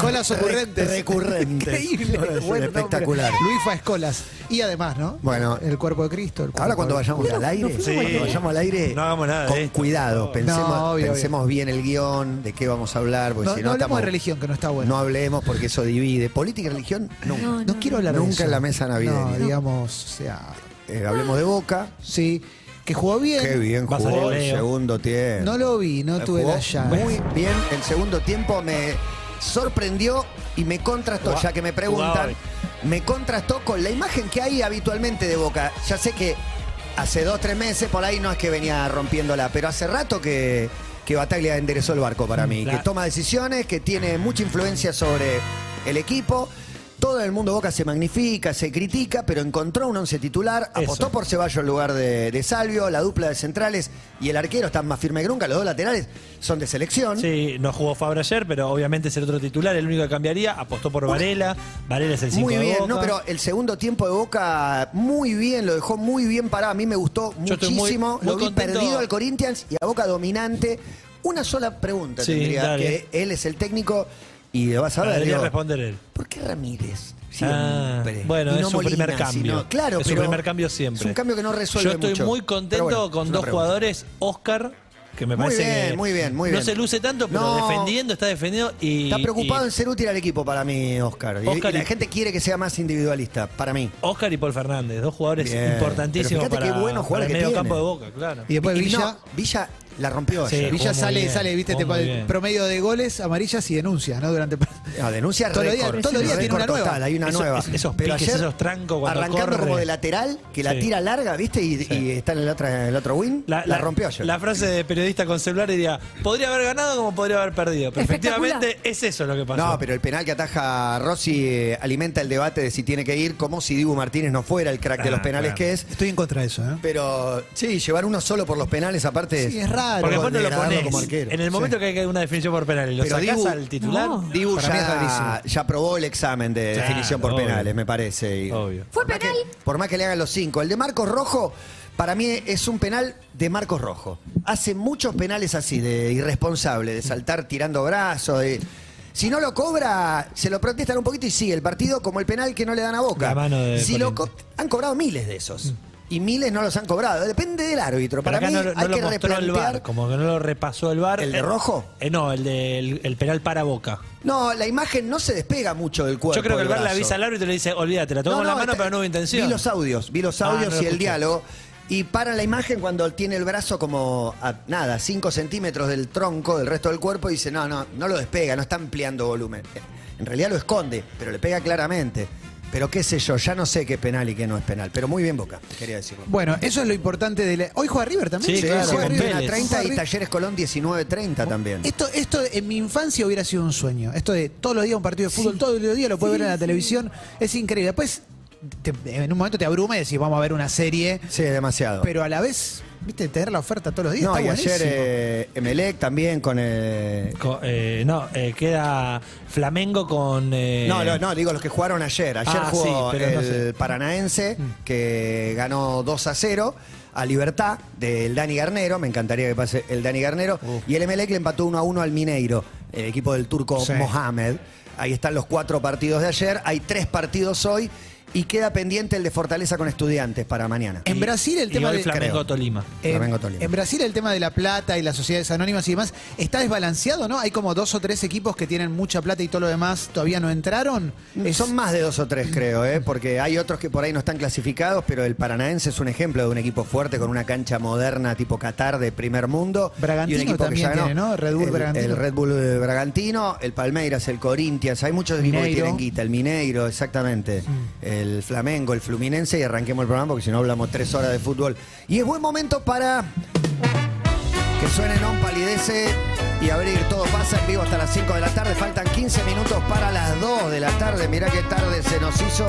Colas,
Re-
ocurrentes.
recurrentes.
Increíble.
Bueno, es
buen nombre.
espectacular.
Luifa Escolas. Y además, ¿no?
Bueno.
el cuerpo de Cristo. el cuerpo
Ahora cuando
de-
vayamos al aire,
fuimos
Sí.
cuando vayamos al aire,
No hagamos nada de
con
esto,
cuidado, pensemos,
No, obvio,
pensemos bien el guión, de qué vamos a hablar, porque
No,
pues si
no
no,
hablemos
estamos-
de religión, que no está bueno.
No hablemos porque eso divide. Política y religión, nunca.
No,
No quiero hablar de
Nunca
eso.
en la mesa navideña.
No, digamos, o sea,
Eh, hablemos de Boca.
sí, que jugó bien.
Qué bien
Va a
jugó
salir
el
Leo.
segundo tiempo.
No lo vi, no
Eh,
tuve
jugó
la llave.
Muy bien, el segundo tiempo me sorprendió y me contrastó,
Jugá-
ya que me
jugaba
preguntan,
hoy.
me contrastó con la imagen que hay habitualmente de Boca. Ya sé que hace dos, tres meses por ahí no es que venía rompiéndola, pero hace rato que, que Bataglia enderezó el barco para mí,
la-
que toma decisiones, que tiene mucha influencia sobre el equipo. Todo el mundo Boca se magnifica, se critica, pero encontró un once titular,
Eso.
apostó por Ceballos en lugar de, de Salvio, la dupla de centrales y el arquero están más firme que nunca, los dos laterales son de selección.
Sí, no jugó Fabra ayer, pero obviamente es el otro titular, el único que cambiaría. Apostó por Varela. Varela es el 5
Muy
de
bien,
Boca.
no, pero el segundo tiempo de Boca muy bien, lo dejó muy bien parado. A mí me gustó
Yo estoy muy-
muchísimo.
muy
lo vi
contento.
perdido al Corinthians y a Boca dominante. Una sola pregunta
Sí,
tendría,
dale.
que él es el técnico y lo vas a
Ah,
ver.
Debería
digo,
responder él.
¿Por qué Ramírez?
Ah,
Siempre.
bueno,
Y
es
no
su
Molina,
primer cambio.
sino- claro,
es su
pero
primer cambio siempre.
Es un cambio que no resuelve
Yo estoy
mucho.
muy contento
Pero bueno,
con
es una
dos
pregunta.
jugadores, Oscar, que me
Muy
parece
bien,
que
muy bien, muy bien.
no se luce tanto, pero
No.
defendiendo, está defendiendo y
Está preocupado
y
en ser útil al equipo para mí, Oscar. Y-
Oscar
y la
y-
gente quiere que sea más individualista, para mí.
Oscar y Paul Fernández, dos jugadores
Bien.
importantísimos
Pero fíjate
para,
qué buenos
para
jugadores
el
que
medio
tiene.
campo de Boca, claro.
Y después
Y- y
Villa.
no, Villa la rompió
Sí,
ayer.
Villa
jugó muy
sale,
bien,
sale, viste,
jugó
te
muy
pone
bien.
promedio de goles, amarillas y denuncias, ¿no? Durante.
No, denuncia
Todos los días-
récord,
todos los días
récord
tiene una
total,
nueva.
Hay una
Eso-
nueva.
es- esos piques, esos trancos cuando
arrancando
corre.
como de lateral, que la
Sí.
tira larga, ¿viste? Y, y está en el otro, en el otro win. La, rompió ayer.
La frase de periodista con celular diría, podría haber ganado como podría haber perdido. Pero
Espectacular.
efectivamente es eso lo que pasó.
no, pero el penal que ataja a Rossi eh, alimenta el debate de si tiene que ir, como si Dibu Martínez no fuera el crack de
Ah,
los penales
claro.
que es.
Estoy en contra de eso, ¿eh?
Pero sí, llevar uno solo por los penales aparte
Sí, es raro.
Porque
algo
después no lo
degradarlo como
pones.
arquero.
En el momento que hay una definición por penales, lo
Pero
sacás
Dibu-
al titular.
No.
Dibu
Para mí es
ya,
rarísimo.
ya aprobó el examen de
Claro,
definición por
obvio.
penales, me parece. y-
Obvio.
¿Fue
por más
penal?
que- por más que le hagan los cinco. El de Marcos Rojo, para mí es un penal de Marcos Rojo. Hace muchos penales así, de irresponsable, de saltar tirando brazos. de- Si no lo cobra, se lo protestan un poquito y sigue el partido como el penal que no le dan a boca.
La mano de
si lo
Corrientes.
co- han cobrado miles de esos. Y miles no los han cobrado. Depende del árbitro. Para
Pero acá
mí
no, lo- no
hay
lo
que
mostró el
replantear.
bar, como que no lo repasó el bar.
¿El de
Eh,
rojo?
Eh, no, el del el penal para boca.
No, la imagen no se despega mucho del cuerpo.
Yo creo que
del
el bar le
brazo.
avisa al árbitro y le dice, olvídate, la tomó con la mano,
está-
pero no hubo intención.
Vi los audios, vi los
Ah,
audios
no lo
y el
escuché.
diálogo. Y para la imagen cuando tiene el brazo como a, nada, 5 centímetros del tronco, del resto del cuerpo, y dice, no, no, no lo despega, no está ampliando volumen. En realidad lo esconde, pero le pega claramente. Pero qué sé yo, ya no sé qué es penal y qué no es penal. Pero muy bien Boca, quería decirlo.
Bueno, eso es lo importante de la... Hoy juega River también.
Sí, claro,
Juega
con
River.
Vélez.
a 30 y
Juega River.
Talleres Colón 19-30 también.
Esto, esto en mi infancia hubiera sido un sueño. Esto de todos los días un partido de fútbol, todos los días lo puedes ver en la televisión. Es increíble. Después, te- en un momento te abruma y decís, vamos a ver una serie.
Sí, demasiado.
Pero a la vez, viste, tener la oferta todos los días.
no,
está
y ayer
buenísimo.
eh, Emelec también con... eh,
Co- eh, no, eh, queda Flamengo con. eh,
No, no, no, digo los que jugaron ayer. Ayer
Ah,
jugó
sí, pero
el
no sé. Mm.
Paranaense, que ganó 2 a 0 a Libertad del Dani Garnero. Me encantaría que pase el Dani Garnero. Y el Emelec le empató 1 a 1 al Mineiro, el equipo del turco
Sí.
Mohamed. Ahí están los cuatro partidos de ayer. Hay tres partidos hoy. Y queda pendiente el de Fortaleza con Estudiantes para mañana.
En Brasil el
y
tema
hoy
de...
Flamengo
creo.
Tolima.
Eh,
Flamengo Tolima.
En Brasil el tema de la plata y las sociedades anónimas y demás está desbalanceado, ¿no? Hay como dos o tres equipos que tienen mucha plata y todo lo demás todavía no entraron.
Mm,
Es-
Son más de dos o tres, creo, ¿eh? porque hay otros que por ahí no están clasificados, pero el Paranaense es un ejemplo de un equipo fuerte con una cancha moderna tipo Qatar de primer mundo.
Bragantino
y un equipo
también
que ya ganó.
tiene, ¿no? Red Bull
el,
Bragantino.
El Red Bull eh, Bragantino, el Palmeiras, el Corinthians, hay muchos equipos que
Mineiro. Mm.
tienen guita, el Mineiro, exactamente, el Flamengo, el Fluminense, y arranquemos el programa porque si no hablamos tres horas de fútbol. Y es buen momento para que suene Non Palidece y abrir Todo pasa en vivo hasta las 5 de la tarde. Faltan 15 minutos para las 2 de la tarde. Mirá qué tarde se nos hizo.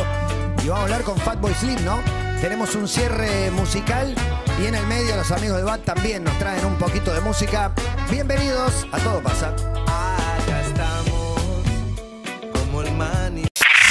Y vamos a hablar con Fatboy Slim, ¿no? Tenemos un cierre musical y en el medio los amigos de Bat también nos traen un poquito de música. Bienvenidos a Todo pasa.